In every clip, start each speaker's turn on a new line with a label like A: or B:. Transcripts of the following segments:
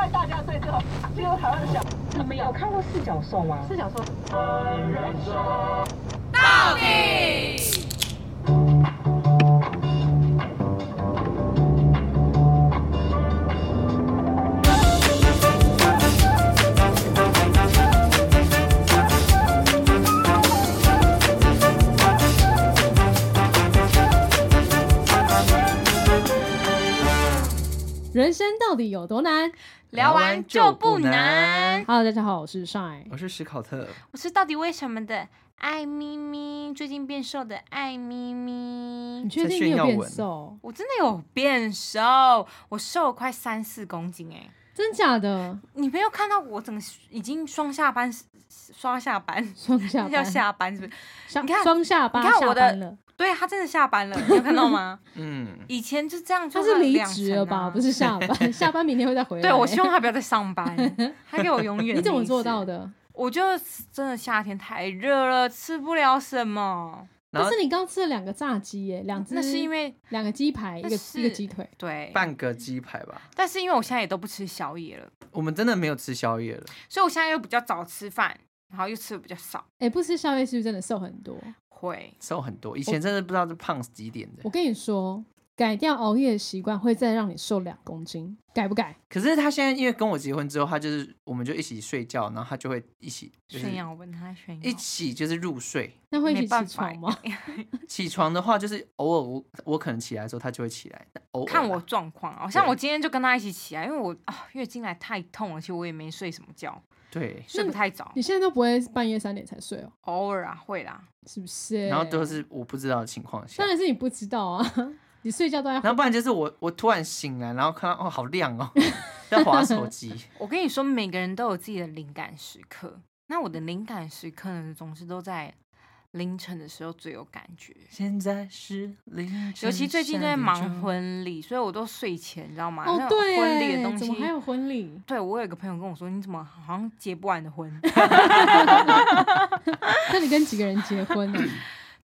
A: 最后最后台湾的小
B: 你们有看过四角兽吗？
A: 是想说，
C: 人生到底有多难？
D: 聊完就不难。
C: Hello，大家好，我是 Shine。
D: 我是史考特，
E: 我是到底为什么的爱咪咪，最近变瘦的爱咪
C: 你
E: 咪，
C: 确定
D: 在
C: 你
D: 炫
C: 有
D: 耀
C: 变
D: 文
C: 瘦？
E: 我真的有变瘦，我瘦了快三四公斤哎、
C: 真假的？
E: 你没有看到我整个已经双下班，双下班，
C: 双下
E: 要
C: 巴，
E: 下班是不是？
C: 上
E: 你看
C: 双下巴
E: 你看
C: 下
E: 我的
C: 班了，
E: 对他真的下班了，你有看 到吗？
D: 嗯，
E: 以前就这样
C: 他
E: 就是
C: 离
E: 两
C: 职
E: 层
C: 了
E: 啊
C: 吧？不。是下 班，下班明天会再回来。
E: 对，我希望他不要再 上班，他给我永远。
C: 你怎么做到
E: 的？
C: 的？
E: 我就真的夏天太热了，吃不了什么。
D: 然
C: 但
D: 后
C: 是你刚吃了两个炸鸡耶，两只，
E: 那是因为
C: 两个鸡排，一
E: 那
C: 个
E: 是
C: 一个鸡腿。
E: 对，
D: 半个鸡排吧。
E: 但是因为我现在也都不吃宵夜了，
D: 我们真的没有吃宵夜了，
E: 所以我现在又比较早吃饭，然后又吃的比较少。
C: 哎，不吃宵夜是不是真的瘦很多？
E: 会，
D: 瘦很多。以前真的不知道是胖几点的
C: 我。跟你说，改掉熬夜的习惯会再让你瘦两公斤，改不改？
D: 可是他现在因为跟我结婚之后，他就是我们就一起睡觉，然后他就会一起就是
E: 炫耀文他炫耀
D: 一，起就是入睡。
C: 那会一起
E: 没办
C: 起
E: 法
C: 床吗？
D: 起床的话，就是偶尔我我可能起来的时候，他就会起来。偶尔啊
E: 看我状况啊。像
D: 对
E: 我今天就跟他一起起来，因为我啊月经来太痛了，其实我也没睡什么觉，
D: 对，
E: 睡不太着
C: 你，现在都不会半夜三点才睡哦，
E: 偶尔啊会啦。
C: 是不是？
D: 然后都是我不知道的情况下
C: 当，然是你不知道啊， 你睡觉都在
D: 然后不然就是我我突然醒来，然后看到哦好亮哦，在划手 机。
E: 我跟你说，每个人都有自己的灵感时刻。那我的灵感时刻呢，总是都在凌晨的时候最有感觉。
D: 现在是凌晨，
E: 尤其最近都在忙。 婚礼，所以我都睡前，你知道吗？
C: 哦
E: 那，种
C: 对，
E: 婚礼的东
C: 怎么
E: 西
C: 还有婚礼？
E: 对我有一个朋友跟我说，你怎么好像结不完的婚？
C: 那你跟几个人结婚啊 呢？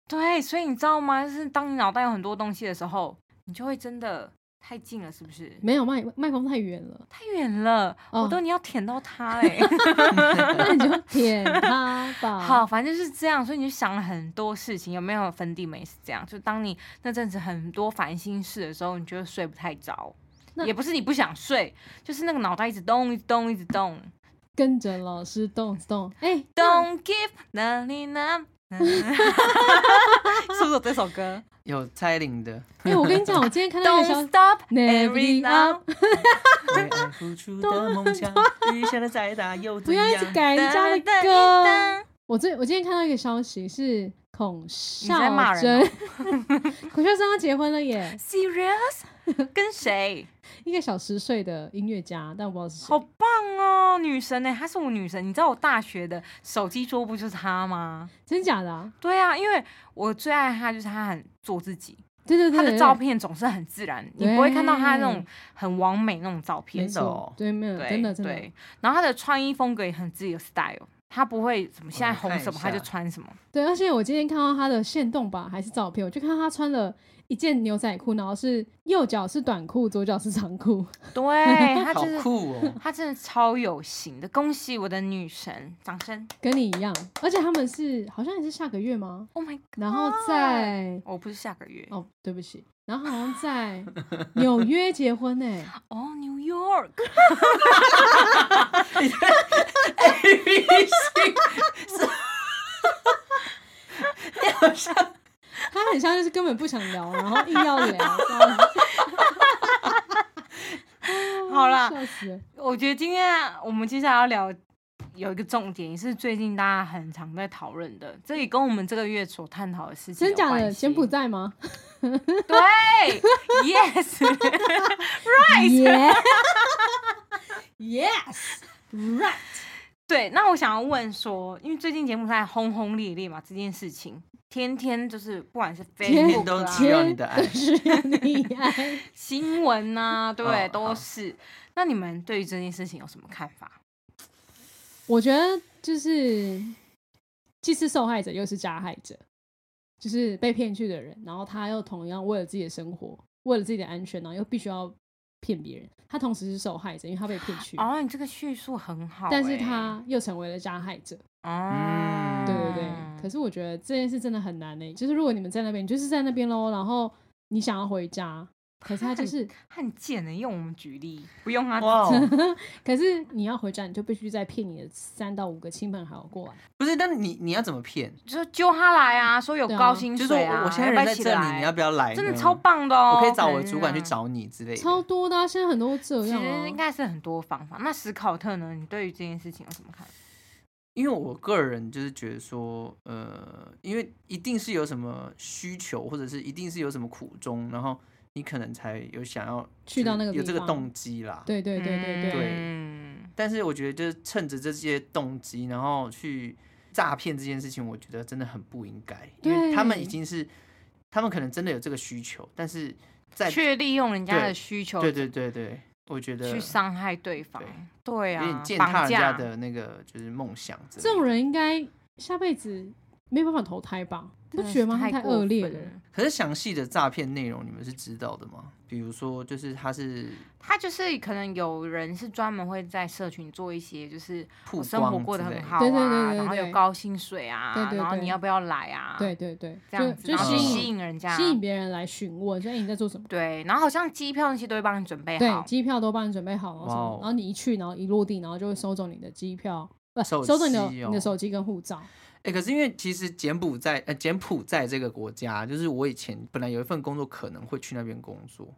E: 对，所以你知道吗？就是当你脑袋有很多东西的时候，你就会真的太近了，是不是？
C: 没有麦麦克风太远了，
E: 太远了，
C: 哦
E: 我都你要舔到欸它嘞。
C: 那你就舔 他吧。
E: 好，，反正就是这样，所以你就想了很多事情，有没有粉底美是这样？就当你那阵子很多烦心事的时候，你就会睡不太着
C: 那。
E: 也不是你不想睡，就是那个脑袋一直动，一直动，一直动。
C: 跟着老师动动。哎、
E: Don't give 哪里呢？是不是有这首歌
D: 有蔡依林的，
C: 哎、我跟你讲，我今天看到一个消
E: ？Don't
C: 息，
E: stop
C: Every
E: every now
D: 为爱付出的梦 想，雨下的再大又
C: 不
D: 怎
C: 要一
D: 样
C: 直？改人家的
E: 噔噔
C: 歌。
E: 噔
C: 我最我今天看到一个消息是孔孝
E: 你在骂
C: 真
E: 人，哦
C: 孔孝真要结婚了耶，
E: Serious？跟 谁？
C: 一个小十岁的音乐家，但我不知道是谁。
E: 好棒哦，女神呢、她是我女神。你知道我大学的手机桌布就是她吗？
C: 真假的、啊？
E: 对啊，因为我最爱她就是她很做自己，
C: 对对对
E: 她
C: 对，
E: 的照片总是很自然，你不会看到她那种
C: 对
E: 很完美那种照
C: 没
E: 片。
D: 真的哦
C: 错，对，没有
E: 对，
C: 真的真的
E: 对。然后她的穿衣风格也很自己的 style，她不会什么现在
D: 我
E: 红
D: 看一
E: 什么
D: 下
E: 她就穿 什么。
C: 对，而且我今天看到他的线动吧，还是照片，我就看到他穿了一件牛仔裤，然后是右脚是短裤，左脚是长裤。
E: 对，她
D: 好
E: 就是
D: 酷 哦！
E: 她真的超有型的，恭喜我的女神，掌声
C: 跟你一样，而且他们是好像也是下个月吗？
E: ！Oh my god！
C: 然后在
E: 我不是下个月
C: 哦，对不起，然后好像在纽约结婚欸呢、
E: 哦，New York。
D: A B C，
C: 他很像就是根本不想聊，然后硬要聊，这样子
E: 好啦
C: 啊笑死了。
E: 我觉得今天啊我们接下来要聊有一个重点，也是最近大家很常在讨论的，这也跟我们这个月所探讨的事情
C: 真
E: 有
C: 假
E: 关
C: 的
E: 系
C: 柬埔寨吗？
E: 对，yes， 哎
C: 耶，yes，right，
E: 对。那我想要问说，因为最近柬埔寨轰轰烈烈嘛，这件事情天天就是不管是
C: 天
D: 天
E: Facebook
D: 都
E: 啊
D: 只 有你的爱
C: 都是你 爱。
E: 新闻呐、对不
F: 嗯
E: 对？
D: 哦
E: 都
D: 好
E: 是。那你们对于这件事情有什么看法？
C: 我觉得就是既是受害者又是加害者，就是被骗去的人，然后他又同样为了自己的生活，为了自己的安全，然后又必须要
F: 骗别人，他同时是受害者，因为他被骗去，
E: 哦，你这个叙述很好欸、
F: 嗯但是他又成为了加害者。
E: 哦，
F: 对对对，可是我觉得这件事真的很难呢、欸就是如果你们在那边，你就是在那边喽，然后你想要回家，可是他 就是，
E: 他很贱的，用我们举例，不用他
D: 哇哦，
F: 可是你要回家，你就必须再骗你的三到五个亲朋好友过来。
D: 不是，但你你要怎么骗？
E: 就揪他来啊，说有
F: 对啊
E: 高薪
D: 就是
E: 水啊，
D: 我我现在
E: 要
D: 人
E: 不要
D: 在
E: 一起
D: 这里，
E: 来
D: 你要不要来呢？
E: 真的超棒的哦，
D: 我可以找
E: 人
D: 我主管去
E: 啊。
D: 找你之类的。
F: 超多的、啊，现在很多都这
E: 其
F: 样、
E: 实应
F: 啊。
E: 该是很多方法。那史考特呢？你对于这件事情有什么看法？
D: 因为我个人就是觉得说，呃，因为一定是有什么需求，或者是一定是有什么苦衷，然后你可能才有想要
F: 去到那个
D: 有这
F: 地
D: 个
F: 方
D: 动机啦。
F: 对对对对
D: 对
E: 嗯
D: 但是我觉得，就是趁着这些动机，然后去诈骗这件事情，我觉得真的很不应该，因为他们已
F: 对
D: 经是，他们可能真的有这个需求，但是在
E: 去利用人家
D: 对
E: 的需求，
D: 对对对对，我觉得
E: 去伤害对方
D: 对，
E: 对
D: 有
E: 啊，
D: 点践踏
E: 绑
D: 人家
E: 架
D: 的那个就是梦想之类的。
F: 这种人应该下辈子没办法投胎吧？不
E: 真的
F: 觉得
E: 是
F: 吗？他
E: 太
F: 太
E: 过
F: 恶劣
E: 分
F: 了。
E: 了。
D: 可是详细的诈骗内容你们是知道的吗？比如说，就是他是
E: 他就是可能有人是专门会在社群做一些，就是
D: 曝
E: 我
D: 光
E: 生活过得
D: 之
E: 很
D: 类的
E: 好啊，
F: 对对对对
E: 然后有
F: 对
E: 高薪水啊，
F: 对对
E: 然后
F: 对
E: 你要不要来啊？
F: 对，对对，
E: 这
F: 就
E: 样子
F: 就
E: 然后
F: 吸
E: 去
D: 去
E: 吸
F: 引
E: 引人家，
F: 吸引别人来询问，说哎、你在做什么？
E: 对，然后好像机票那些都会帮你准备
F: 对，
E: 好，
F: 机票都帮你准备好了，然后什
D: 哇
F: 么
D: 哦
F: 然后你一去，然后一落地，然后就会收走你的机票，不
D: 手
F: 收走你的、
D: 机
F: 你的
D: 哦
F: 手机跟护照。
D: 哎、可是因为其实柬埔寨呃柬埔寨这个国家，就是我以前本来有一份工作可能会去那边工作，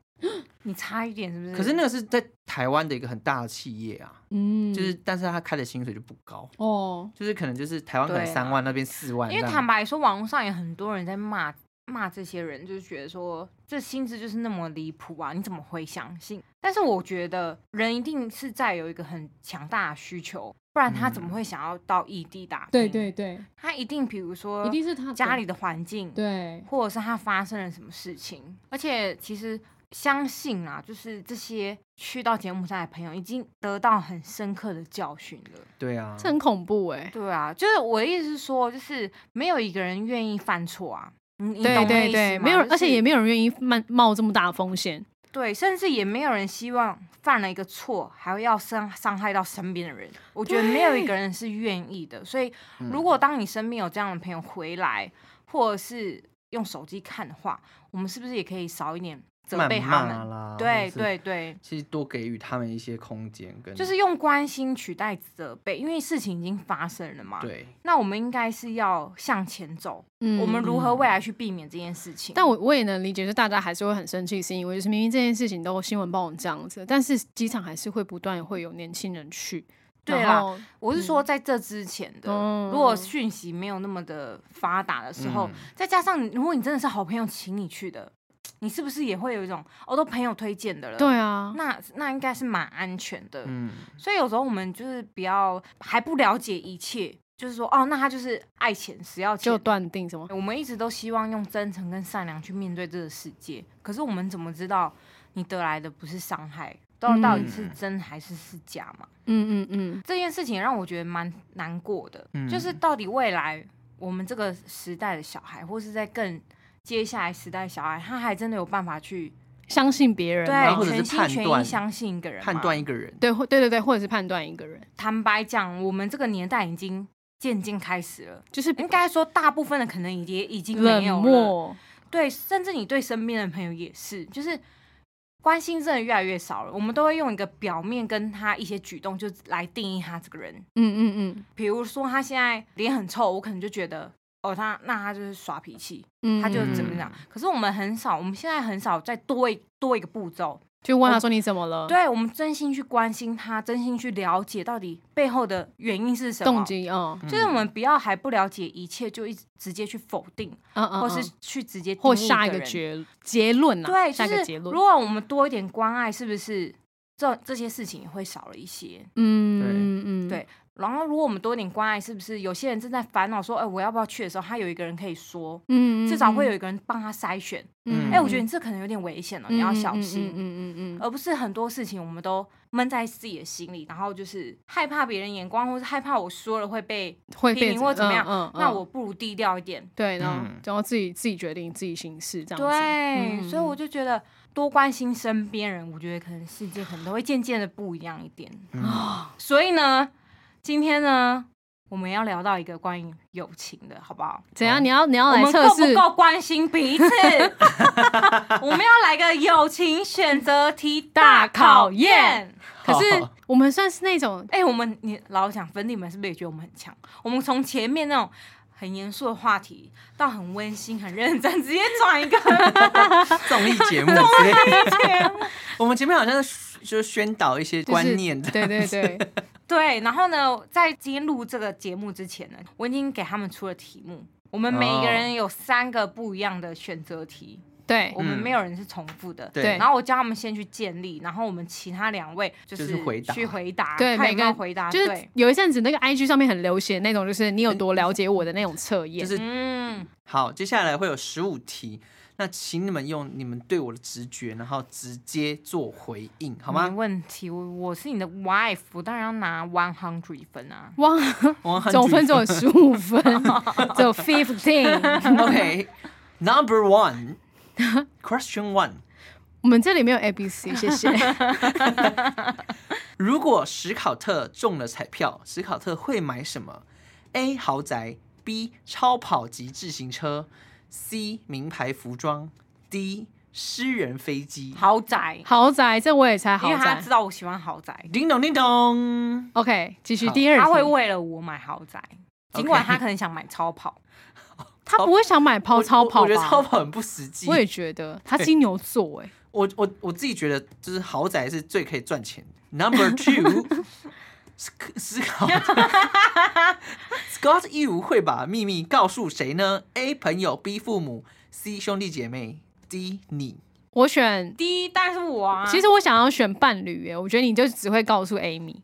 E: 你差一点是不是？
D: 可是那个是在台湾的一个很大的企业啊，
F: 嗯，
D: 就是但是他开的薪水就不高，
F: 哦，
D: 就是可能就是台湾可能
E: 对啊
D: 三万，那边四万这
E: 因为
D: 样，
E: 坦白说，网络上也很多人在骂骂这些人，就是觉得说这薪资就是那么离谱啊，你怎么会相信？但是我觉得人一定是在有一个很强大的需求，不然他怎么会想要到异地打拼？
F: 嗯对，对对，
E: 他一定比如说
F: 一定是他
E: 嗯家里的环境，
F: 对
E: 或者是他发生了什么事情。而且其实相信啊，就是这些去到柬埔寨的朋友已经得到很深刻的教训了。
D: 对啊，
F: 这很恐怖哎、
E: 对啊，就是我的意思是说，就是没有一个人愿意犯错啊。你你
F: 对
E: 懂那
F: 对
E: 意
F: 对，
E: 思吗
F: 没有人，
E: 就
F: 而且也
E: 是
F: 没有人愿意冒冒这么大的风险。
E: 对，甚至也没有人希望犯了一个错还要伤伤害到身边的人。我觉得没有一个人是愿意的。所以，
F: 嗯
E: 如果当你身边有这样的朋友回来，或者是用手机看的话，我们是不是也可以少一点责
D: 谩
E: 备他
D: 骂
E: 们？
D: 啦，或
E: 对
D: 者是
E: 对对，
D: 其实多给予他们一些空间跟
E: 就是用关心取代责备，因为事情已经发生了嘛。
D: 对，
E: 那我们应该是要向前走，
F: 嗯
E: 我们如何未来去避免这件事情？
C: 但我我也能理解，就大家还是会很生气，是因为就是明明这件事情都新闻报成这样子，但是机场还是会不断会有年轻人去。
E: 对啦
C: 然后
E: 我是说在这之前的，
C: 嗯
E: 如果讯息没有那么的发达的时候，
D: 嗯
E: 再加上如果你真的是好朋友请你去的，你是不是也会有一种哦，都朋友推荐的了？
C: 对。啊，
E: 那那应该是蛮安全的，
D: 嗯，
E: 所以有时候我们就是比较还不了解一切，就是说哦，那他就是爱钱，死要钱
C: 就，断定什么？
E: 我们一直都希望用真诚跟善良去面对这个世界，可是我们怎么知道你得来的不是伤害？到
C: 嗯
E: 到底是真还是是假嘛？
C: 嗯嗯嗯，
E: 这件事情让我觉得蛮难过的，
D: 嗯
E: 就是到底未来我们这个时代的小孩，或是在更接下来时代的小孩，他还真的有办法去
C: 相信别人吗，
D: 然后或
E: 对
D: 者是
E: 全心全
D: 判
E: 意
D: 断
E: 相信一个人嘛。
D: 判断一个人，
C: 对或对对对，或者是判断一个人，
E: 坦白讲，我们这个年代已经渐渐开始了，
C: 就是
D: 嗯
E: 应该说大部分的可能也已经没有
C: 冷
E: 了。
C: 漠。
E: 对，甚至你对身边的朋友也是，就是关心真的越来越少了。我们都会用一个表面跟他一些举动，就来定义他这个人。
C: 嗯嗯
E: 比如说他现在脸很臭，我可能就觉得哦，他那他就是耍脾气，
C: 嗯，
E: 他就
C: 嗯
E: 怎么
C: 嗯
E: 样。可是我们很少，我们现在很少再多一多一个步骤，
C: 就问他说你怎么了？，
E: 对我们真心去关心他，真心去了解到底背后的原因是什么。
C: 动机，嗯
E: 就是我们不要还不了解一切就一直直接去否定，
C: 嗯嗯，
E: 或是
C: 嗯
E: 去直接
C: 或
E: 定义
C: 下一
E: 个
C: 个
E: 人
C: 结结论啊，
E: 对，
C: 下一
E: 就
C: 个
E: 是
C: 结
E: 如
C: 论。
E: 果我们多一点关爱，是不是这这些事情也会少了一些？
C: 嗯
D: 对
C: 嗯嗯，
E: 对然后，如果我们多一点关爱，是不是有些人正在烦恼说，哎、我要不要去的时候，他有一个人可以说，
C: 嗯，嗯，
E: 至少会有
C: 嗯，
E: 一个人帮他筛选。
D: 嗯
E: 哎、我觉得你这可能有点危险了，哦
C: 嗯
E: 你要
C: 嗯
E: 小
C: 嗯
E: 心。呃
C: 嗯嗯嗯嗯，
E: 而不是很多事情我们都闷在自己的心里，然后就是害怕别人眼光，或是害怕我说了会被
C: 会
E: 批
C: 被
E: 评或怎么样。
C: 嗯嗯、
E: 那
C: 嗯
E: 我不如低调一点。
C: 对，然后
D: 嗯
C: 然后自己自己决定自己行事这样子。
E: 对，
C: 嗯
E: 所以我就觉得多关心身边人，我觉得可能世界可能都会渐渐的不一样一点
C: 嗯
E: 啊。 所以呢，今天呢，我们要聊到一个关于友情的，好不好？
C: 怎样？你要你要
E: 我
C: 哦来
E: 们
C: 测
E: 够不
C: 试？
E: 够关心彼此？我们要来个友情选择题大考验。
C: 可是我们算是那种
E: 哎、我们你老实讲，粉底们是不是也觉得我们很强？我们从前面那种很严肃的话题，到很温馨、很认真，直接转一个
D: 综艺节
E: 啊
D: 目之类的。我们前面好像是就是宣导一些
C: 就是
D: 观念的，
C: 对对对，
E: 对，然后呢，在今天录这个节目之前呢，我已经给他们出了题目。我们每一个人有三个不一样的选择题，
C: 对
E: 我们
D: 嗯
E: 没有人是重复的。
C: 对
E: 然后我叫他们先去建立，然后我们其他两位就
D: 就是回答
E: 去回答，
C: 对
E: 看
C: 每
E: 有
C: 个
E: 没有
C: 人
E: 回答
C: 就是
E: 啊对。
C: 有一阵子那个 IG 上面很流行那种，就是你有多了解我的那种测验，
D: 就是
E: 嗯，
D: 好，接下来会有十五题，那请你们用你们对我的直觉，然后直接做回应，好
E: 没
D: 吗？
E: 问题，我我是你的 wife，我当然要拿 one hundred 分啊。
C: 哇，
D: 我们很
C: 总分只有
D: 注
C: 十五分，只有 fifteen。
D: 意 OK，Number One，Question One，
C: 我们这里没有 A B C，谢 谢。
D: 如果史考特中了彩票，史考特会买什么？A 豪宅，B 超跑及自行车，C 名牌服装，D 私人飞机。
E: 豪宅，
C: 豪宅，这我也猜
E: 因
C: 豪
E: 为他
C: 宅
E: 知。道我喜欢豪宅，
D: 叮咚叮咚
C: OK，继续
D: 好
C: 第二题。
E: 他会为了我买豪宅，尽管他可能想买超跑，
C: 他不会想买
D: 我
C: 抛超跑
D: 我我觉得
C: 吧
D: 超跑很不实际。
C: 我也觉得 他金牛座哎、
D: 我我我自己觉得，就是豪宅是最可以赚钱的。Number two，斯 斯考 Scott 义务会把秘密告诉谁呢？A 朋友，B 父母，C 兄弟姐妹，D 你。
C: 我选，
E: 第一当然是我啊。
C: 其实我想要选伴侣哎、我觉得你就只会告诉 Amy，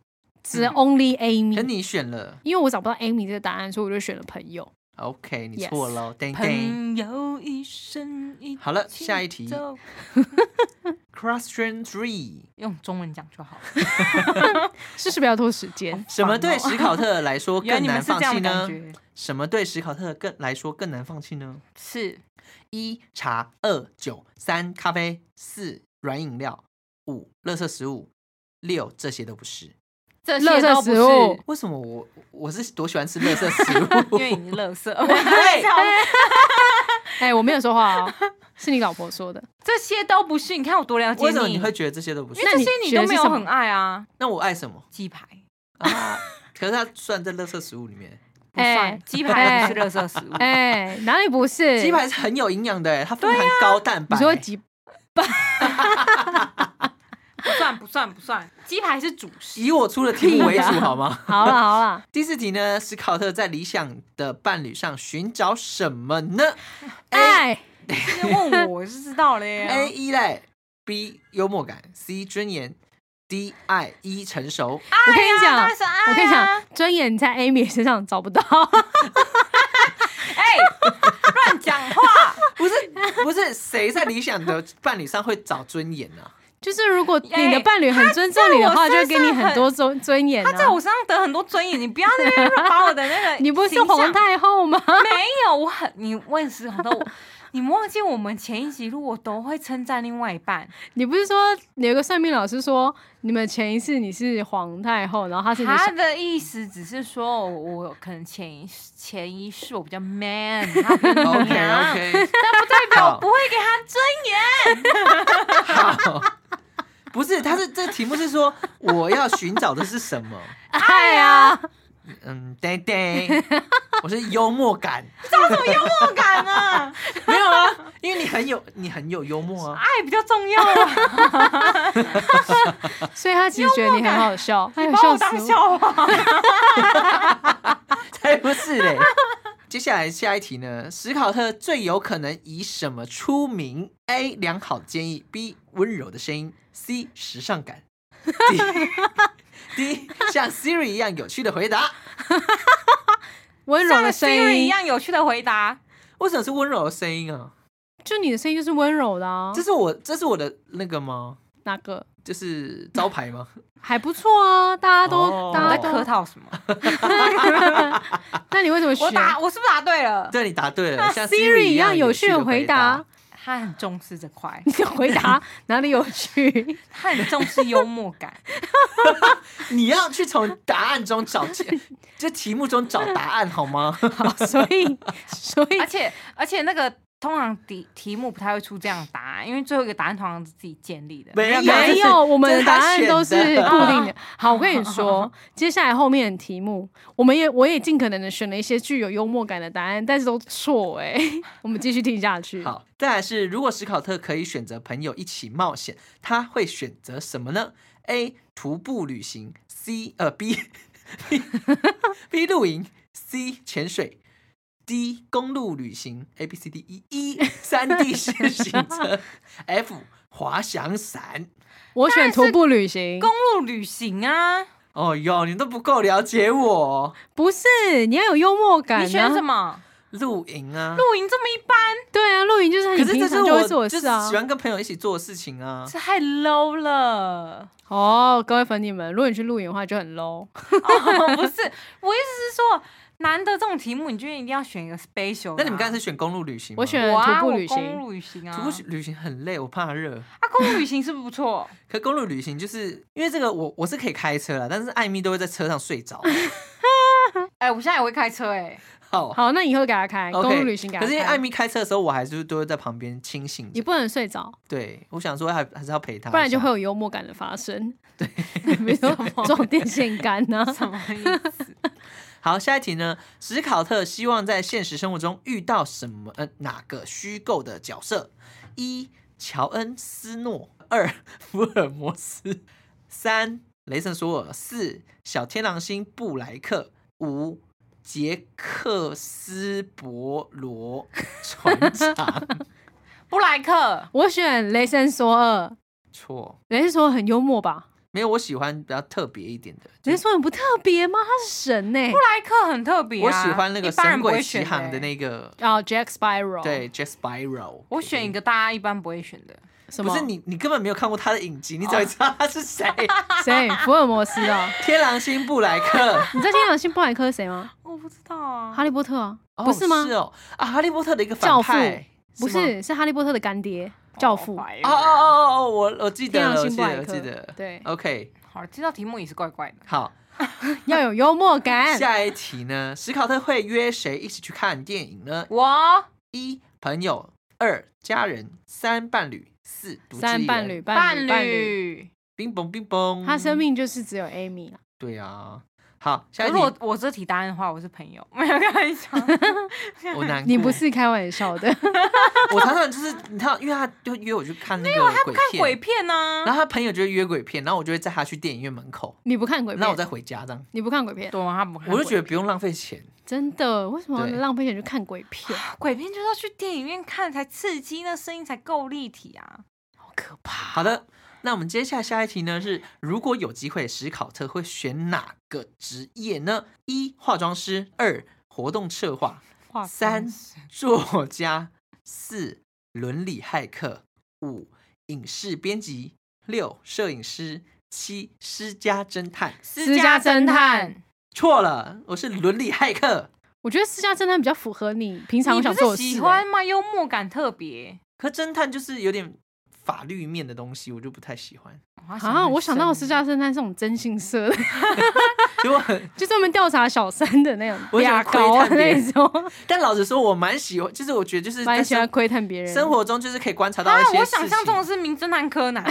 C: 只 only
D: 嗯可
C: Amy，、
D: 你选了
C: 因为我找不到 Amy 这个答案，所以我就选了朋友。
D: ，OK，你
C: Yes
D: 错了。等等，
E: 朋友一生一起
D: 好了，下一题
E: 走
D: ，Question Three，
E: 用中文讲就好了。
C: 是是不是要拖时间？
D: 什么对史考特来说
E: 原来
D: 更
E: 你们
D: 难
E: 是这
D: 放
E: 样
D: 弃
E: 的感
D: 呢？
E: 觉，
D: 什么对史考特更来说更难放弃呢？
E: 是
D: 一茶，二酒，三咖啡，四软饮料，五垃圾食物，六这些都不是。
E: 这
C: 垃
E: 些
C: 圾
E: 都不
C: 食物
E: 是，
D: 为什么我我是多喜欢吃垃圾食 物？
E: 因为你乐色。
D: 对
E: 哎
C: 哎、我没有说话 哦，是你老婆说的。
E: 这些都不是，你看我多了解
D: 为什么你会觉得这些都不是
E: 因为？这些你都
C: 那你觉得
E: 没有
C: 是什
E: 很
C: 么
E: 爱啊，
D: 那我爱什么
E: 鸡排。
D: 啊？可是它算在垃圾食物里面，
E: 不算
C: 哎
E: 鸡排不是垃圾食物，
C: 哎、哪里不是？
D: 鸡排是很有营养的欸，它富含高蛋
C: 你
D: 白。
C: 说鸡
E: 不算不算不算，鸡排是主 食。
D: 以我出的题目为主好吗？
C: 好了好了，
D: 第四题呢，史考特在理想的伴侣上寻找什么呢
C: 哎、
E: 直接问我，我就知道嘞。
D: ？A 依赖，B 幽默感，C 尊严，D 爱，E 成熟。
C: 我跟你讲，
D: 哎
E: 当然是爱啊
C: 我跟你讲，尊严你在 Amy 身上找不到。
E: 哎，乱讲话！
D: 不是不是，谁在理想的伴侣上会找尊严啊呢、
C: 就是如果
E: 哎
C: 你的伴侣很尊重你的话，
E: 他
C: 就
E: 在
C: 会
E: 我身上
C: 给你很多尊尊严、啊。
E: 他在我身上得很多尊严，你不要在那边把我的那个
C: 你不是
E: 形象
C: 皇太后吗？
E: 没有，我很你问石红豆，我 你忘记我们前一集录我都会称赞另外一半，
C: 你不是说有个算命老师说你们前一次你是皇太后，然后他是你
E: 他
C: 小
E: 的意思只是说我我可能前一前一世我比较 man，他比较
D: o
E: 娘
D: k OK，
E: 但不代表我
D: 好
E: 不会给他尊严。
D: 好，不是，他是这题目是说我要寻找的是什么？
E: 哎
C: 爱啊？
D: 嗯，对对，我是幽默感，
E: 找什么幽默感啊？
D: 没有啊，因为你很有你很有幽默啊。
E: 爱比较重要啊！
C: 所以他其实觉得你很好 笑，他有
E: 把
C: 笑
E: 我当
C: 死我。
E: 笑啊话。
D: 才不是嘞！接下来下一题呢？史考特最有可能以什么出名？A. 良好的建议，B. 温柔的声音，C. 时尚感，D. D. 像 Siri 一样有趣的回答。
C: 温柔
E: 像
C: 的
E: s
C: 声
E: i r 一
C: 音，
E: 样有趣的回答，
D: 为什么是温柔的声音啊？
C: 就你的声音就是温柔的啊
D: 这。是我这是我的那个吗？
C: 哪个
D: 就是招牌吗？
C: 还不错啊？大家
D: 哦
C: 都
E: 我
C: 大
E: 在
C: 家
E: 客
C: 都。
E: 套什么？
C: 那你为什么选
E: 我答我是不是答对了？
D: 对你答对了，像
C: Siri
D: 一
C: 一
D: 样
C: 样有
D: 趣
C: 趣
D: 的
C: 的回答？
E: 他很重视这块，
C: 你回答 哪里有趣？
E: 他很重视幽默 感。
D: 你要去从答案中找 解，这题目中找答案好吗？
C: 好，所以所以
E: 而且而且那个通常题题目不太会出这样的答案，因为最后一个答案通常是自己建立的。
D: 没有
C: 没有，我们的答案都 是
D: 这是他
C: 固定的。好，我跟你说，接下来后面的题目，我们也我也尽可能的选了一些具有幽默感的答案，但是都错哎、 我们继续听下去。
D: 好，再来是，如果史考特可以选择朋友一起冒险，他会选择什么呢？A. 徒步旅行，C. 呃 B B B 露营，C 潜水，D 公路旅行，A B C D E E 三 D 自行车，F 滑翔伞。
C: 我选徒步旅行，
E: 公路旅行啊，
D: 哦哟，你都不够了解我，
C: 不是你要有幽默感、啊。
E: 你选什？么？
D: 露营啊。
E: 露营这么一般，
C: 对啊，露营就是
D: 可
C: 很
D: 是
C: 平
D: 这是
C: 常就会做
D: 我
C: 的
D: 就是
C: 事啊
D: 喜。欢跟朋友一起做的事情啊。
E: 这太 low 了。
C: 哦，各位粉底们，如果你去露营的话就很 low。
E: 哦，不是，我意思是说，难得这种题目，你就一定要选一个 special 的啊。
D: 那你们刚才是选公路旅行吗？
C: 我选
E: 我啊，
C: 徒步
E: 我
C: 旅
E: 公
C: 行
E: 路旅行啊，
D: 徒步旅行很累，我怕热。
E: 啊，公路旅行是不是不 错？
D: 可公路旅行就是因为这个我，我是可以开车啦，但是艾米都会在车上睡 着。
E: 哎，我现在也会开车 哎，
D: 好
C: 好，那以后给他开
D: o k
C: 公路旅行给他
D: 可
C: 开。
D: 是因为艾米开车的时候，我还是都会在旁边清醒
C: 你
D: 着。
C: 不能睡着，
D: 对，我想说还还是要陪他，
C: 不然就会有幽默感的发生。 对，比如 说
E: 么
C: 撞电线杆呐、啊，
E: 什么意思？
D: 好。下一题呢？史考特希望在现实生活中遇到什么？呃，哪个虚构的角色？一乔恩斯诺，二福尔摩斯，三雷神索尔，四小天狼星布莱克，五杰克斯伯罗船长。
E: 布莱克，
C: 我选雷神索尔。
D: 错，
C: 雷神索尔很幽默吧？
D: 没有，我喜欢比较特别一点的，
C: 雷神索尔很不特别吗？他是神欸呢、
E: 布莱克很特别啊，
D: 我喜欢那个
E: 一
D: 《
E: 般
D: 神
E: 人不会
D: 鬼奇
E: 选
D: 航》的
E: 欸。
D: 那个，
C: 哦、j a c k Spiral，
D: 对，Jack Spiral。
E: 我选一个大家一般不会选的，
C: 什
D: 不
C: 么？
D: 是 你，你根本没有看过他的影集，你怎么知
C: 哦
D: 道他是谁？
C: 谁？福尔摩斯啊？
D: 天狼星布莱克，
C: 你知道天狼星布莱克是谁吗？
E: 我不知道啊。
C: 哈利波特啊？
D: 哦
C: 不是吗？
D: 是哦，啊，哈利波特的一个
C: 教
D: 反
C: 父
D: 派，
C: 不
D: 吗
C: 是，是哈利波特的干爹，教父。
D: 哦哦
E: 哦，
D: 哦哦，我我记得
C: 天
D: 了，
C: 狼
D: 我记
C: 星布
D: 得
C: 莱
D: 了，
C: 克
D: 我记得了。
C: 对
D: ，OK，
E: 好，这道题目也是怪怪的。
D: 好，
C: 要有幽默 感。
D: 下一题呢？史考特会约谁一起去看电影呢？
E: 我
D: 一朋友，二家人，三伴侣，四独自 一
C: 三
D: 人
C: 伴侣，伴
E: 伴
C: 侣，伴侣。
E: 侣，
D: 冰崩冰崩，
C: 他生命就是只有 Amy 啦。
D: 对啊。好，下一
E: 如
D: 题
E: 果我这题答案的话，我是朋友，没有开玩笑。
D: 我难过，
C: 你不是开玩笑 的，
D: 我常常就是你看，因为他就约我去看那个鬼
E: 看
D: 片，
E: 鬼片啊呢
D: 然？后他朋友就会约鬼片，然后我就会载他去电影院门口，
C: 你不看鬼片，
D: 那我再回家这样，
C: 你不看鬼片，
E: 对，啊他不看鬼，
D: 我就觉得不用浪费钱。
C: 真的？为什么要
D: 对
C: 浪费钱去看鬼片？
E: 鬼片就是要去电影院看才刺激，那声音才够立体啊。
C: 好可怕！
D: 好的，那我们接下来下一题呢是，如果有机会，史考特会选哪个职业呢？一化妆师，二活动 策划，
E: 哇
D: 三作家，四伦理骇客，五影视编辑，六摄影师，七私家侦探。
E: 私
C: 家
E: 家
C: 侦探
E: 侦探，
D: 错了，我是伦理骇客。
C: 我觉得私家侦探比较符合你平常
E: 你
C: 想
E: 不
C: 做的
E: 是
C: 事、欸
E: 喜
D: 欸
E: 欢吗？幽默感特别
D: 可侦探就是有点法律面的东西，我就不太喜欢。
C: 啊！我想到私
E: 是
C: 家侦探是那种征信社的，
D: 结果很，
C: 就专门调查小三的那
D: 我
C: 种，
D: 喜欢
C: 俩高啊
D: 窥探别人
C: 那 种，
D: 但老实说，我蛮喜欢，就是我觉得就是在
C: 蛮喜欢
D: 生
C: 窥探别人。
D: 生，活中就是可以观察到
E: 啊
D: 一些，
E: 我
D: 事情。
E: 想象中的是名侦探柯南，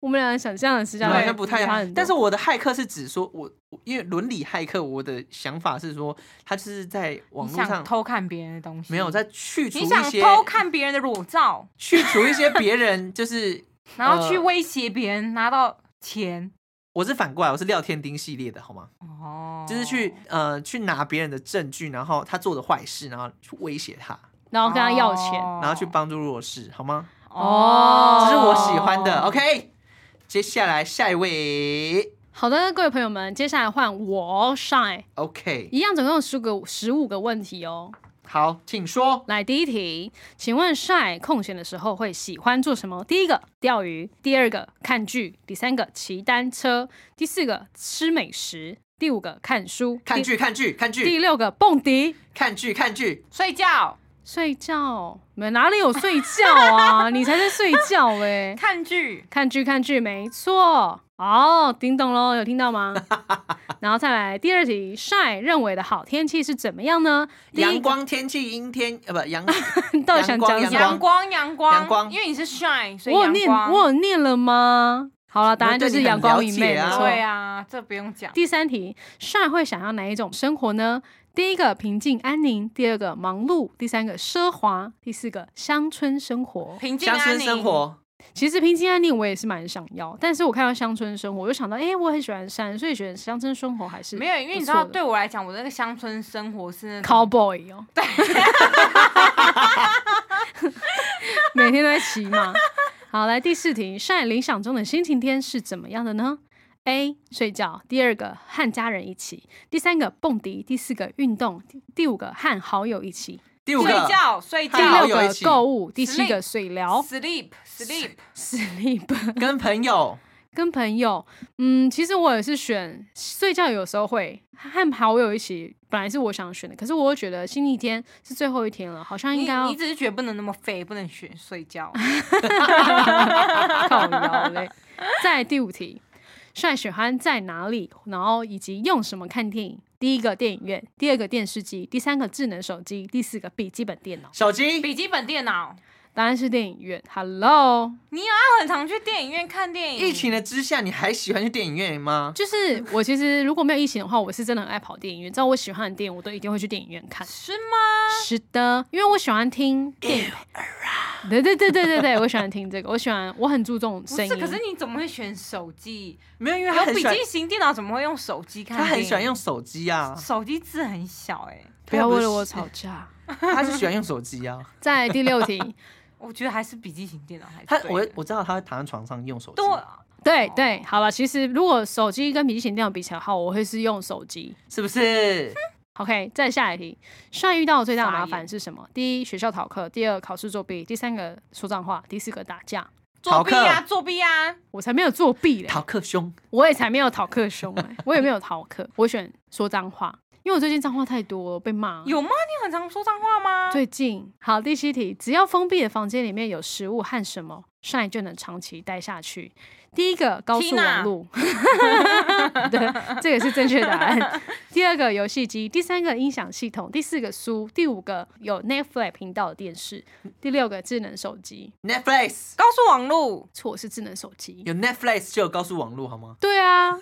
C: 我们俩想象的私家
D: 好
C: 侦
D: 像
C: 探
D: 不
E: 欸
D: 太
C: 差
D: 一样
C: 很，多
D: 但是我的骇客是指说我，我因为伦理骇客，我的想法是说，他就是在网
E: 你
D: 络
E: 想
D: 上
E: 偷看别人的东西，
D: 没有在去除
E: 你
D: 一
E: 想
D: 些
E: 偷看别人的裸照，
D: 去除一些别人，就是
E: 然后去
D: 呃
E: 威胁别人拿到钱，
D: 我是反过来，我是廖天丁系列的好吗？
E: 哦，
D: 就是去呃去拿别人的证据，然后他做的坏事，然后去威胁他，
C: 然后跟他要钱。
E: 哦
D: 然后去帮助弱势，好吗？
C: 哦
E: 哦，
D: 这是我喜欢的。OK，接下来下一位
C: 好的，各位朋友们，接下来换我 shine，
D: ，OK，
C: 一样总共有十个十五个问题哦。
D: 好，请说。
C: 来，第一题，请问 Shy 空闲的时候会喜欢做什么？第一个，钓鱼；第二个，看剧；第三个，骑单车；第四个，吃美食；第五个，看书；
D: 看剧，看剧，看
C: 第；第
D: 剧，
C: 六个，蹦迪；
D: 看剧，看剧，
E: 睡觉，
C: 睡觉？没哪里有睡觉啊？你才在睡觉哎、
E: 看剧，
C: 看剧看剧，没错。哦，叮咚喽，有听到 吗？然后再来第二题，晒认为的好天气是怎么样呢？第一
D: 阳
C: 个，
D: 光天气阴天，呃，不，阳
C: 到底想讲
D: 阳
C: 什
D: 光
C: 么
E: 阳？光，阳光，
D: 阳光
E: 因为你是 shine，所以
C: 我有
E: 阳
C: 念，
E: 光。
C: 我有念了吗？好了，答案就是阳光明媚，
D: 我对你很
C: 没
D: 了解啊
C: 错。
E: 对啊，这不用讲。
C: 第三题，善会想要哪一种生活呢？第一个平静安宁，第二个忙碌，第三个奢华，第四个乡村生活。
E: 平静
D: 乡
E: 安
D: 村
E: 宁
D: 生，活，
C: 其实平静安宁我也是蛮想要，但是我看到乡村生活，我就想到，哎、我很喜欢山，所以觉得乡村生活还是
E: 没有，因为你知道，对我来讲，我那个乡村生活是那种
C: cowboy 哦，对，每天都在骑马。好，来第四题，善理想中的星期天是怎么样的呢？A 睡觉，第二个和家人一起，第三个蹦迪，第四个运动，第第五个和好友一起，
D: 第五
E: 睡
D: 个
E: 觉，睡
C: 第
D: 和好
E: 觉
C: 六
D: 友一
C: 个
D: 起
C: 购物，第七个水疗
E: ，sleep sleep，
C: ，sleep，
D: 跟朋友，
C: 跟朋友。嗯，其实我也是选睡觉，有时候会和好友一起，本来是我想选的，可是我又觉得星期天是最后一天了，好像应
E: 你
C: 该要
E: 你只是觉得不能那么废，不能选睡 觉。
C: 靠腰嘞。再来第五题，帅喜欢在哪里，然后以及用什么看电影？第一个电影院，第二个电视机，第三个智能手机，第四个笔记本电脑。
D: 手机，
E: 笔记本电脑，
C: 答案是电影院。Hello，
E: 你有要很常去电影院看电影？
D: 疫情的之下，你还喜欢去电影院吗？
C: 就是我其实如果没有疫情的话，我是真的很爱跑电影院。只要我喜欢的电影，我都一定会去电影院看。
E: 是吗？
C: 是的，因为我喜欢听电影。对对对对对对，我喜欢听这个，我喜欢，我很注重
E: 不
C: 声
E: 是，
C: 音。
E: 可是你怎么会选手机？
D: 没有，因为他
E: 有
D: 很
E: 笔
D: 喜欢，
E: 记型电脑怎么会用手机看
D: 他
E: 电影？
D: 很喜欢用手机 啊，
E: 手机字很小哎、
C: 不要为了我吵架。
D: 他是喜欢用手 机啊。
C: 再来第六题，
E: 我觉得还是笔记型电脑还是
D: 他
E: 对
D: 我
E: 的
D: 我知道他会躺在床上用手机
E: 对，
C: 对对，好了，其实如果手机跟笔记型电脑比起来的话，我会是用手机。
D: 是不是？
C: OK，再下一题，上遇到的最大的麻
E: 傻
C: 烦
E: 眼
C: 是什么？第一，学校逃课；第二，考试作弊；第三个说脏话；第四个打架。
E: 作弊
D: 逃
E: 啊，
D: 课
E: 作弊啊！
C: 我才没有作弊嘞，
D: 逃课凶，
C: 我也才没有逃课凶嘞，我也没有逃课，我选说脏话，因为我最近脏话太多了，被骂。
E: 有吗？你很常说脏话吗？
C: 最近好，第七题，只要封闭的房间里面有食物和什么，上一就能长期待下去。第一个高速
E: Tina
C: 网路， 对，这个是正确答案。第二个游戏机，第三个音响系统，第四个书，第五个有 Netflix 频道的电视，第六个智能手机。
D: Netflix
E: 高速网路，
C: 错是智能手机。
D: 有 Netflix 就有高速网络好吗？
C: 对啊，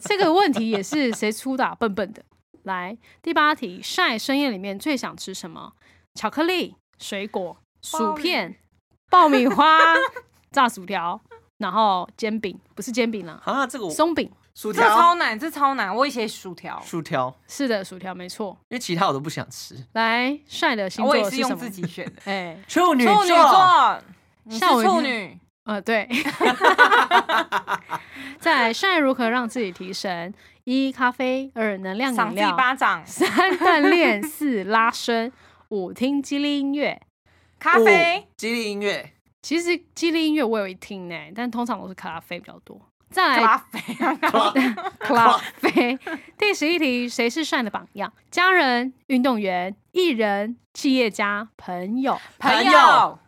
C: 这个问题也是谁出的啊、笨笨的。来，第八题，晒深夜里面最想吃什么？巧克力、水果、薯片、爆米花、 炸薯条，然后煎饼，不是煎饼啦，
D: 啊，这个
E: 哦
D: 我
C: 松饼。
D: 薯
E: 这超
D: 条，
E: 难，这超难。我以前薯条，
D: 薯条，
C: 是的，薯条没错。
D: 因为其他我都不想吃。
C: 来，晒的星
E: 啊我
C: 座
E: 也
C: 是
E: 是
C: 什
E: 用
C: 么
E: 自？己选 的。
C: 哎，
D: 处女
E: 处女座，你是
C: 吓我一跳
E: 处女，
C: 呃， 对。再来，晒如何让自己提神？一咖啡，二能量
E: 赏
C: 饮
E: 自
C: 料
E: 己，巴掌，
C: 三锻炼，四拉伸，五听激励音乐。
E: 咖啡
D: 五，激励音乐，
C: 其实激励音乐我有一听呢、但通常都是咖啡比较多。再
E: 咖
C: 来
E: 啡，
C: 咖啡。第十一题，谁是善的榜样？家人、运动员、艺人、企业家、 朋友。哎
D: 朋
E: 友
D: 友，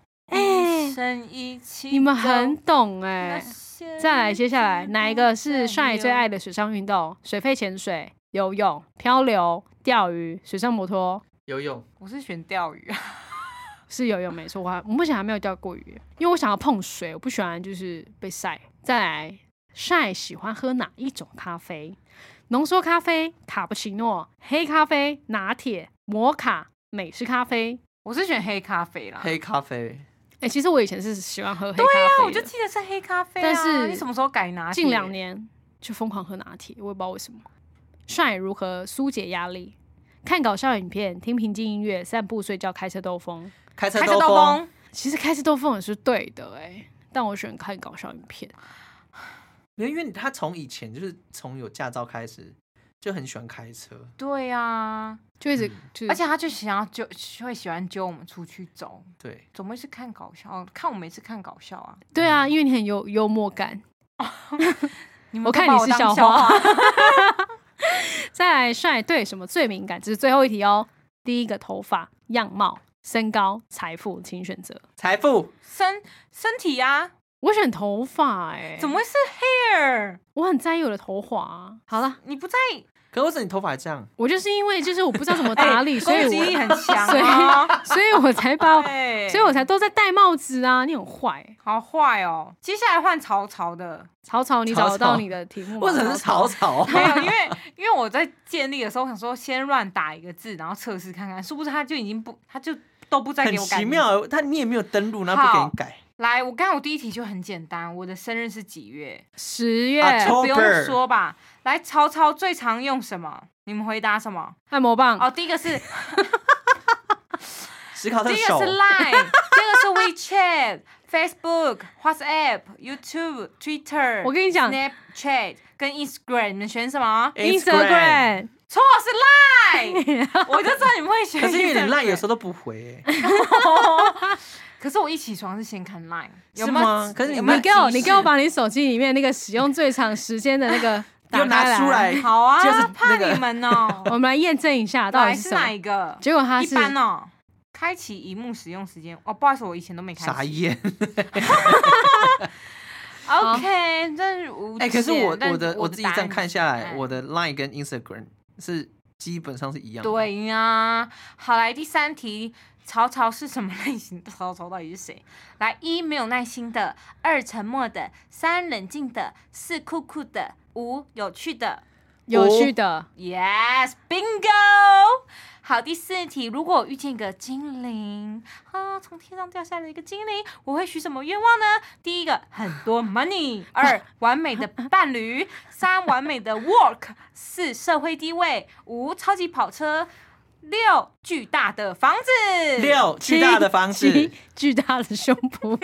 E: 一生一起走，
C: 你们很懂哎、
E: 那些
C: 再来，接下来
E: 日子
C: 哪一个是
E: 不
C: 帅
E: 自
C: 最
E: 由
C: 爱的水上运动？水肺潜水、游泳、漂流、钓鱼、水上摩托。
D: 游泳，
E: 我是选钓鱼啊，
C: 是游泳没错，我还我目前还没有钓过鱼，因为我想要碰水，我不喜欢就是被晒。再来，晒喜欢喝哪一种咖啡？浓缩咖啡、卡布奇诺、黑咖啡、拿铁、摩卡、美式咖啡。
E: 我是选黑咖啡啦。
D: 黑咖啡，
C: 哎、其实我以前是喜欢喝黑咖啡、
E: 那我就记得是黑咖啡啊，
C: 但是
E: 你什么时候改拿铁？
C: 近两年就疯狂喝拿铁，我也不知道为什么。帅如何疏解压力？看搞笑影片、听平静音乐、散步、睡觉、开车兜风。
D: 开车
E: 开车
D: 兜
E: 兜
D: 风，
E: 风，
C: 其实开车兜风也是对的哎、但我喜欢看搞笑影片。
D: 没有因为他从以前就是从有驾照开始就很喜欢开车，
E: 对啊，
C: 就一直
D: 嗯
C: 就是，
E: 而且他就想要就会喜欢揪我们出去走，
D: 对，
E: 怎么会是看搞笑？看我每次看搞笑啊，
C: 对啊，因为你很有幽默感。
E: 你们
C: 我
E: 都
C: 看
E: 把
C: 你
E: 我
C: 是
E: 当
C: 小
E: 笑
C: 花
E: 话，
C: 再来帅对什么最敏感？这是最后一题哦。第一个头发、样貌，身高、财富，请选择。
D: 财富
E: 身身体啊，
C: 我选头发、欸，哎，
E: 怎么？会是 hair？
C: 我很在意我的头发、啊。好了，
E: 你不在意，
D: 可为什么你头发这样？
C: 我就是因为就是我不知道怎么打理，
E: 哎
C: 所以
E: 攻击哎力
C: 我
E: 很 强啊，
C: 所以我才 把，
E: 对
C: 所以我才都在戴帽子啊。你很坏、
E: 好坏哦。接下来换曹操的，
C: 草草，你
D: 草
C: 找
D: 草
C: 得到你的题目吗？
D: 为什么是草草啊？
E: 没有，因为因为我在建立的时候，我想说先乱打一个字，然后测试看看，殊不知他就已经不，他就都 不再
D: 很
E: 给我改。
D: 奇。妙，啊他你也没有登录，然后不给你改。
E: 来，我刚才我第一题就很简单，我的生日是几月？ 哎
C: 十月
D: 啊抽
E: 不用
D: October
E: 说吧。来，曹操最常用什么？你们回答什么？
C: 按摩棒，
E: 哦，第一个是
D: 史考特
E: 第
D: 的
E: 一个
D: 手
E: 是 Line，第二个是 WeChat、Facebook、WhatsApp、YouTube、Twitter，
C: 我跟你讲
E: Snapchat 跟 Instagram，你们选什么？
D: Instagram。
E: 错是 Line，我就知道你们会选。
D: 可是因为你赖有时
E: 候，
D: 候都 不回、欸，
E: 可是我一起床是先看 Line，有
D: 是
E: 没有？
D: 吗？可是你
E: 有没
C: 你
E: 有
C: 给我，
E: 即时
C: 你给我把你手机里面那个使用最长时间的那 个
D: 又
C: 打开
D: 拿出来，
E: 好啊，
D: 就是
E: 怕
D: 那个
E: 你们 哦、
C: 我们来验证一下到
E: 哪
C: 底
E: 是
C: 什
E: 哪
C: 么。
E: 一个？
C: 结果它
E: 一
C: 是
E: 般哦、开启荧幕使用时间哦，不好意思，我以前都没开
D: 傻
E: 启。
D: 眼。
E: OK，这是无
D: 哎、可是
E: 解
D: 我
E: 但
D: 我的我自己这
E: 答
D: 样
E: 案
D: 看
E: 是
D: 下来，
E: 哎
D: 我的 Line 跟 Instagram 是基本上是一样的。，
E: 对呀、好来第三题，曹操是什么类型的？曹操到底是谁？来，一没有耐心的，二沉默的，三冷静的，四酷酷的，五有趣的。
C: 有趣
D: 哦
C: 的，
E: Yes, bingo！好，第四题，如果我遇见一个精灵啊，从天上掉下来一个精灵，我会许什么愿望呢？第一个，很 多 money；二，完美的伴侣；三，完美的 work；四，社会地位；五，超级跑车；六，巨大的房子。
D: 六巨大的房子
C: 七， 巨大的胸部。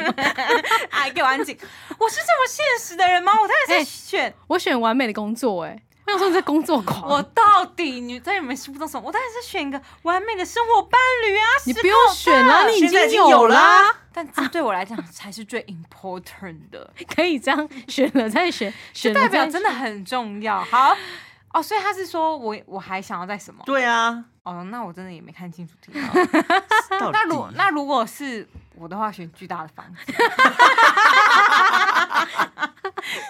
E: 哎，给我安静！我是这么现实的人吗？我当然
C: 哎
E: 是选、
C: 我选完美的工作、哎，我想说你在工作狂，
E: 我到底你在你们心目中什么？我当然是选一个完美的生活伴侣啊！
C: 你
E: 石
C: 不用
E: 头
C: 选了，你
D: 现在已经
C: 经有
D: 有啦
C: 啦，
E: 啊但
D: 啊
E: 这对我来讲才是最 important 的，
C: 可以这样选了再选，选了
E: 代表
C: 再
E: 真的很重要。好，哦，所以他是说我我还想要在什么？
D: 对 啊，
E: 哦，那我真的也没看清楚题目。
D: 到
E: 那如
D: 底
E: 那如果是我的话，选巨大的房子。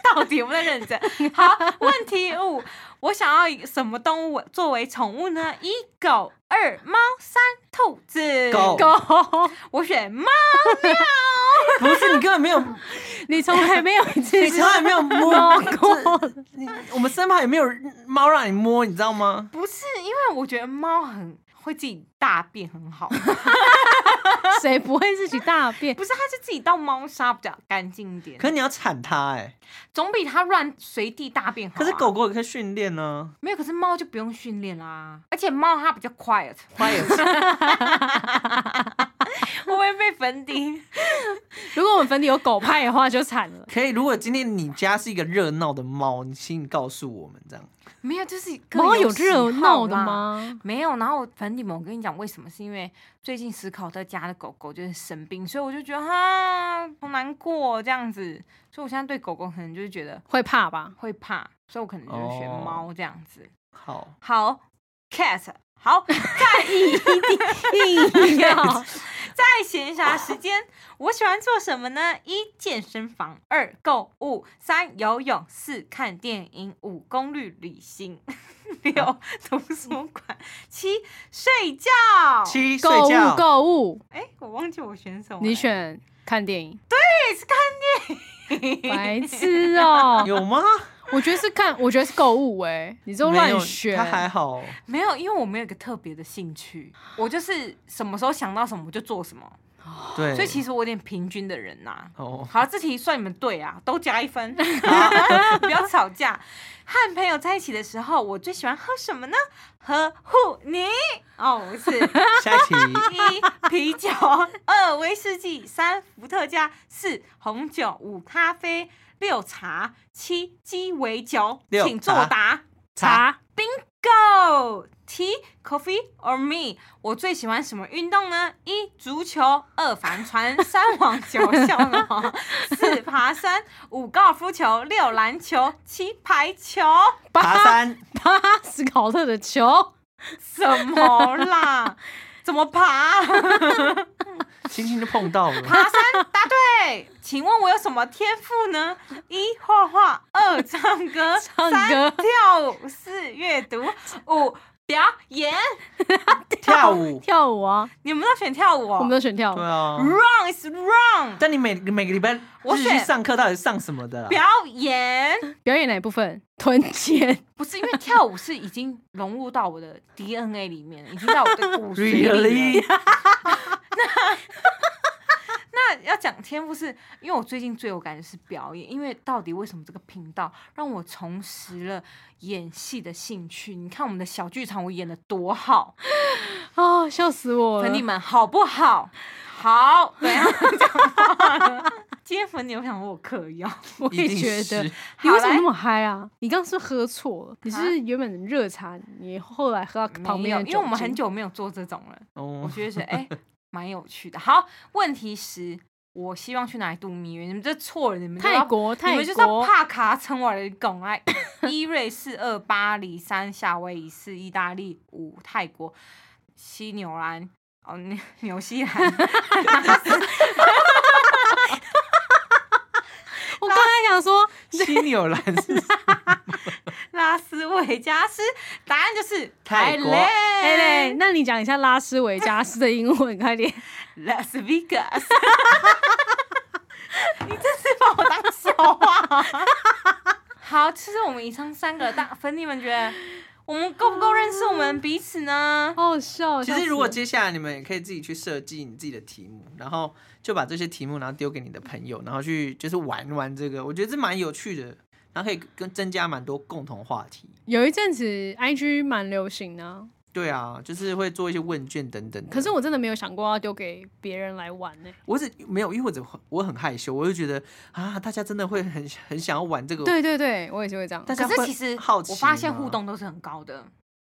E: 到底有没有认真？好，问题五，我想要一个什么动物作为宠物呢？一狗，二猫，三兔子。
D: 狗
C: 狗，
E: 我选猫。
D: 不是你根本没 有，
C: 你从来没有一次
D: 你从来没有摸
C: 摸过，
D: 这你我们身旁也没有猫让你摸，你知道吗？
E: 不是，因为我觉得猫很会自己大便，很好。
C: 谁不会自己大便？
E: 不是，它是自己倒猫砂比较干净一点，
D: 可是你要铲它哎、
E: 总比它乱随地大便好啊、
D: 可是狗狗也可以训练呢。
E: 没有，可是猫就不用训练啦，而且猫它比较 quiet，
D: Quiet，
E: 会不会被粉底？
C: 如果我们粉底有狗派的话，就惨了。
D: 可以。如果今天你家是一个热闹的猫，你请告诉我们这样。
E: 没有，就是各
C: 猫有
E: 有喜好
C: 热闹的
E: 啦？
C: 吗？
E: 没有，然后粉底们，我跟你讲为什么？是因为最近史考特家的狗狗就是生病，所以我就觉得哈好难过这样子，所以我现在对狗狗可能就是觉得
C: 会怕吧？
E: 会怕，所以我可能就是选
D: 哦
E: 猫这样子。
D: 好，
E: 好，cat，好，在意定要 在闲暇时间，我喜欢做什么呢？一健身房，二购物，三游泳，四看电影，五公路旅行，六图书馆，七睡觉。
D: 七睡
C: 购物
D: 觉，
C: 购物，
E: 哎、我忘记我选什么了，
C: 你选看电影，
E: 嘿嘿
C: 白痴哦、
D: 有吗？
C: 我觉得是看，我觉得是购物哎、你都
D: 没
C: 乱
D: 有
C: 选
D: 它。还好。
E: 没有，因为我没有一个特别的兴趣，我就是什么时候想到什么我就做什么，
D: 对，
E: 所以其实我有点平均的人呐、
D: 哦，
E: 好，这题算你们对啊，都加一分，不要吵架。和朋友在一起的时候，我最喜欢喝什么呢？喝护你哦，不是，
D: 下一题
E: 一啤酒，二威士忌，三伏特加，四红酒，五咖啡，六茶，七鸡尾酒。
D: 六
E: 请作
D: 茶
E: 答。
C: 茶，
E: Go tea coffee or me？我最喜欢什么运动呢？一足球，二帆船， 三网球，笑什么？四爬山，五高尔夫球，六篮球，七排球。
C: 八
D: 爬山，
C: 八斯考特的球，
E: 什么啦？怎么爬？
D: 轻轻就碰到了。
E: 爬山答对。请问我有什么天赋呢？一画画，二唱 歌，
C: 唱
E: 三
C: 歌
E: 跳舞，四阅读，五表演。
D: 跳舞，
C: 跳舞啊，
E: 你们要选跳舞、哦？
C: 我们都选跳舞
D: 对。啊。
E: wrong is wrong。
D: 但你每每个礼拜
E: 嗯我
D: 日去
E: 选
D: 上课，到底是上什么的啊？
E: 表演
C: 表演哪一部分？臀前。
E: 不是因为跳舞是已经融入到我的 DNA 里面了，已经到我的骨髓里了。
D: Really？
E: 那要讲天赋是，因为我最近最有感觉是表演，因为到底为什么这个频道让我重拾了演戏的兴趣？你看我们的小剧场，我演的多好，
C: 啊、笑死我了！
E: 粉你们好不好？好，对啊，讲话了今天粉你，我想说我嗑药，
C: 我也
D: 一定
C: 觉得
D: 是，
C: 你为什么
E: 好来
C: 那么嗨啊？你刚刚是不是喝错了？你是不
E: 啊
C: 是原本的热茶，你后来喝到旁
E: 没
C: 边
E: 有，
C: 的
E: 因为我们
C: 酒
E: 很
C: 精
E: 久没有做这种了。我
D: 哦，
E: 觉得是
C: 嗯
E: 哎，蛮有趣的。好，问题十，我希望去哪里度蜜月？你们这错了，你们就
C: 泰
E: 要
C: 国，
E: 你
C: 泰
E: 们就是要
C: 国
E: 帕卡城瓦的拱哎，一瑞士、二巴黎、三夏威夷、四意大利、五泰国、西纽兰哦，纽纽西兰。
C: 我刚才想说，
D: 犀牛兰是
E: 拉斯维加斯，答案就是
D: 泰国
E: LA
C: 哎嘞，那你讲一下拉斯维加斯的英文， 快 点。
E: Las Vegas。你真是把我当笑话、好，其实我们以上三个大粉，你们觉得我们够不够认识我们彼此呢？
C: 好好笑。
D: 其
C: 笑
D: 实
C: 死
D: 如果
C: 我
D: 接下来你们也可以自己去设计你自己的题目，然后就把这些题目然后丢给你的朋友，然后去就是玩玩这个，我觉得这蛮有趣的，然后可以跟增加蛮多共同话题。
C: 有一阵子 IG 蛮流行的啊、
D: 对啊，就是会做一些问卷等等的。
C: 可是我真的没有想过要丢给别人来玩呢、
D: 我只没有，因为我只我很害羞，我就觉得啊，大家真的会很很想要玩这个。
C: 对对对，我也是会这样
D: 大。家
E: 可
D: 会
E: 是其实
D: 好奇
E: 我发现
D: 吗
E: 互动都是很高的，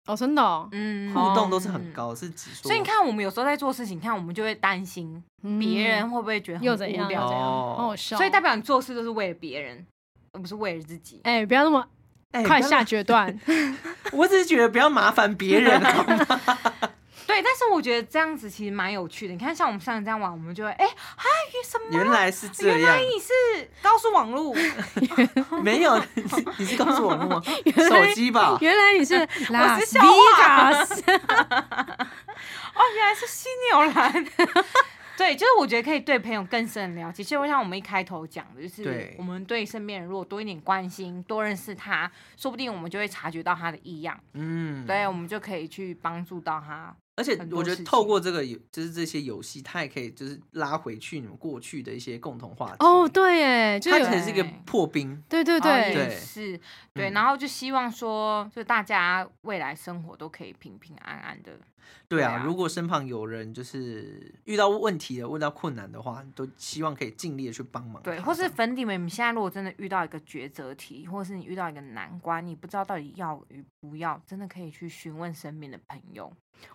C: 哦，真的、哦，
E: 嗯，
D: 互动都是很高，是指数。
E: 所以你看，我们有时候在做事情，你看我们就会担心
C: 嗯
E: 别人会不会觉得很
C: 又怎样
E: 无
C: 又
E: 聊
C: 怎样，
D: 哦
C: 好好笑。
E: 所以代表你做事都是为了别人，而不是为了自己。
C: 哎、不要那么
D: 哎
C: 快，
D: 不要
C: 下决断。
D: 我只是觉得不要麻烦别 人，好吗
E: 对，但是我觉得这样子其实蛮有趣的。你看，像我们上次这样玩，我们就会哎，嗨，什么？
D: 原来是这
E: 原
D: 样
E: 来，你是高速网 路，哦
D: 没有，你是你是告诉 我吗？ 手机吧，
C: 原来你是拉斯
E: 笑话
C: Vegas，
E: 哦，原来是犀牛兰。 对，就是我觉得可以对朋友更深的了解。就像我们一开头讲的，就是
D: 对
E: 我们对身边人如果多一点关心，多认识他，说不定我们就会察觉到他的异样，
D: 嗯，
E: 对，我啊们就可以去帮助到他。
D: 而且
E: 很多
D: 我觉
E: 事
D: 得
E: 情
D: 透过这个游，就是这些游戏，它也可以就是拉回去你们过去的一些共同话题。
C: 哦，对，哎，就
D: 它
C: 是
D: 可
C: 有
D: 能是一个破冰，
C: 对对
E: 哦
C: 对，
E: 也
D: 对
E: 是对，
D: 嗯
E: 然后就希望说，就大家未来生活都可以平平安安的。
D: 对
E: 对
D: 啊。
E: 啊
D: 如果身旁有人就是遇到问题了、遇到困难的话，都希望可以尽力的去帮忙他。
E: 对，或是粉底们，你们现在如果真的遇到一个抉择题，或是你遇到一个难关，你不知道到底要与不要，真的可以去询问身边的朋友。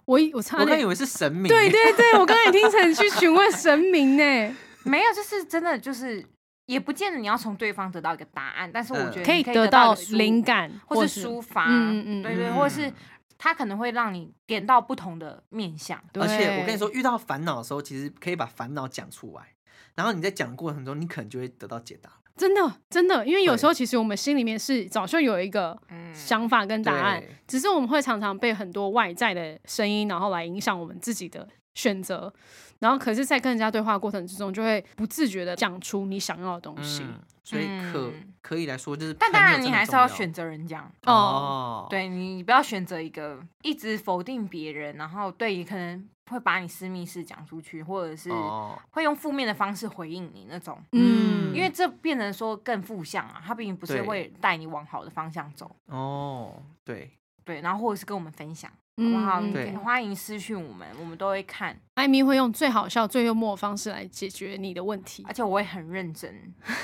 C: 我以我差
D: 我刚以
C: 点，
D: 为是神明，欸
C: 对对对，我刚才也听成去询问神明 呢，
E: 没有，就是真的就是也不见得你要从对方得到一个答案，但是我
D: 嗯
E: 觉得
C: 可
E: 你
C: 以
E: 可以
C: 得
E: 到
C: 到
E: 一个抒
C: 灵，感
E: 或是
C: 是
E: 抒
C: 嗯
E: 发，
C: 嗯嗯
E: 对对，
D: 嗯
E: 或是它可能会让你点到不同的面相。
C: 对
D: 而且我跟你说，遇到烦恼的时候，其实可以把烦恼讲出来，然后你在讲的过程中，你可能就会得到解答。
C: 真的真的，因为有
D: 对
C: 时候其实我们心里面是早就有一个
E: 嗯，
C: 想法跟答案
D: 对，
C: 只是我们会常常被很多外在的声音，然后来影响我们自己的选择。然后，可是，在跟人家对话过程之中，就会不自觉的讲出你想要的东西。
D: 嗯，所以可、
E: 嗯
D: 可以来说就是，
E: 但当然你还是要选择人讲。
D: 哦，，
E: 对你不要选择一个一直否定别人，然后对可能会把你私密事讲出去，或者是
D: 哦，
E: 会用负面的方式回应你那种，
C: 嗯，
E: 因为这变成说更负向啊，它并不是
D: 对
E: 会带你往好的方向走。
D: 哦， 对，
E: 对，然后或者是跟我们分享，好
C: 嗯
E: 不好？你
C: 嗯
E: 可以
D: 对
E: 欢迎私讯我们，我们都会看，
C: 艾米会用最好笑、最幽默的方式来解决你的问题，
E: 而。且我会很认真。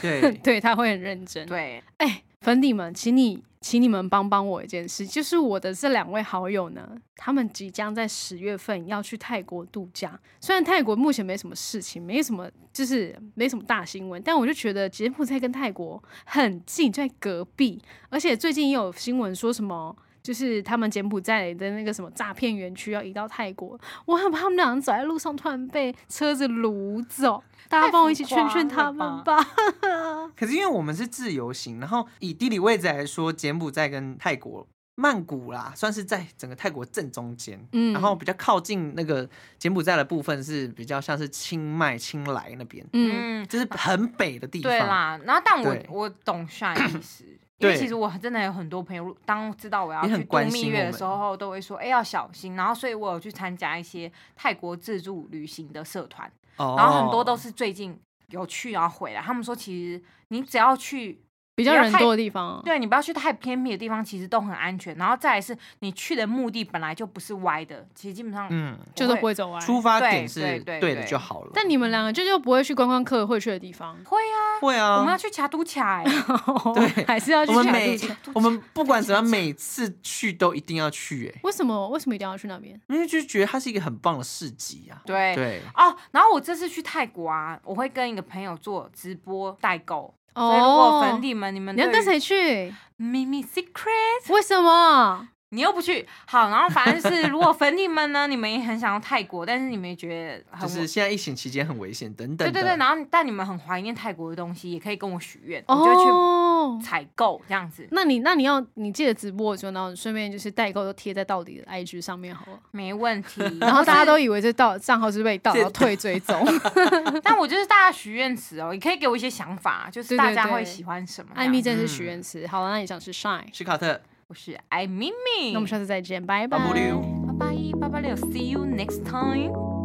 D: 对
C: 对，他会很认真。，
E: 啊对，
C: 哎、粉底们，请你，请你们帮帮我一件事，就是我的这两位好友呢，他们即将在十月份要去泰国度假。虽然泰国目前没什么事情，没什么，就是没什么大新闻，但我就觉得柬埔寨跟泰国很近，就在隔壁，而且最近也有新闻说什么。就是他们柬埔寨的那个什么诈骗园区要移到泰国，我很怕他们两人走在路上突然被车子掳走，大家帮我一起劝劝他们吧。
D: 可是因为我们是自由行，然后以地理位置来说，柬埔寨跟泰国曼谷啦，算是在整个泰国正中间。
C: 嗯
D: 然后比较靠近那个柬埔寨的部分是比较像是清迈、清莱那边，
C: 嗯，
E: 嗯，
D: 就是很北的地方。
E: 对啦。然后，但我
D: 对
E: 我 懂夏意思，因为
D: 对
E: 其实我真的有很多朋友，当知道我要
D: 也很
E: 去度
D: 关心
E: 蜜
D: 我
E: 月的
D: 们
E: 时候，都会说，哎、要小心。然后，所以我有去参加一些泰国自助旅行的社团，
D: 哦，
E: 然后很多都是最近有去然后回来。他们说，其实你只要去
C: 比较
E: 不要
C: 人
E: 太
C: 多的地方，
E: 对你不要去太偏僻的地方，其实都很安全。然后再来是你去的目的本来就不是歪的，其实基本上
D: 嗯，
C: 就是
E: 会
C: 不会走歪。
D: 出发点
E: 对
D: 是
E: 对对
D: 对的
E: 对
D: 就好了。
C: 但你们两个就就不会去观光客会去的地 方，
E: 会啊，
D: 会啊，
E: 我们要去卡都卡、 欸，
D: 对
C: 还是要去
D: 我们
C: 卡
D: 每
C: 杜卡
D: 我们不管怎么样，每次去都一定要去、欸，
C: 为什么为什么一定要去那边？
D: 因为就觉得它是一个很棒的市集啊。
E: 对
D: 对，
E: 哦，然后我这次去泰国啊，我会跟一个朋友做直播代购，所以如果粉底们你们
C: 哦你要
E: 对
C: 跟谁
E: 于
C: 去？
E: 秘密 secret，
C: 为什么？
E: 你又不去，好，然后反正是如果粉底们呢，你们也很想要泰国，但是你们也觉得
D: 就
E: 很
D: 是现在疫情期间很危险等等
E: 对
D: 的。
E: 对对，然后但你们很怀念泰国的东西，也可以跟我许愿， 我就
C: 哦
E: 去，采购这样子，
C: 那你那你要你记得直播的时候，然后顺便就是代购都贴在到底的 IG 上面好 了。
E: 没问题。
C: 然后大家
E: 都。
C: 都以为这盗账号是被盗，然后退追 踪。
E: 但我就是大家许愿池哦，也可以给我一些想法，就是
C: 对对
E: 大家
C: 对
E: 会喜欢什么这
C: 艾
E: 样子。
C: 米真的是许愿池。好了，那你想吃 Shine，
D: 史考特，
E: 我是艾咪咪，
C: 那我们下次再见，拜拜
D: 巴。布溜。
E: 拜拜八八六，see you next time。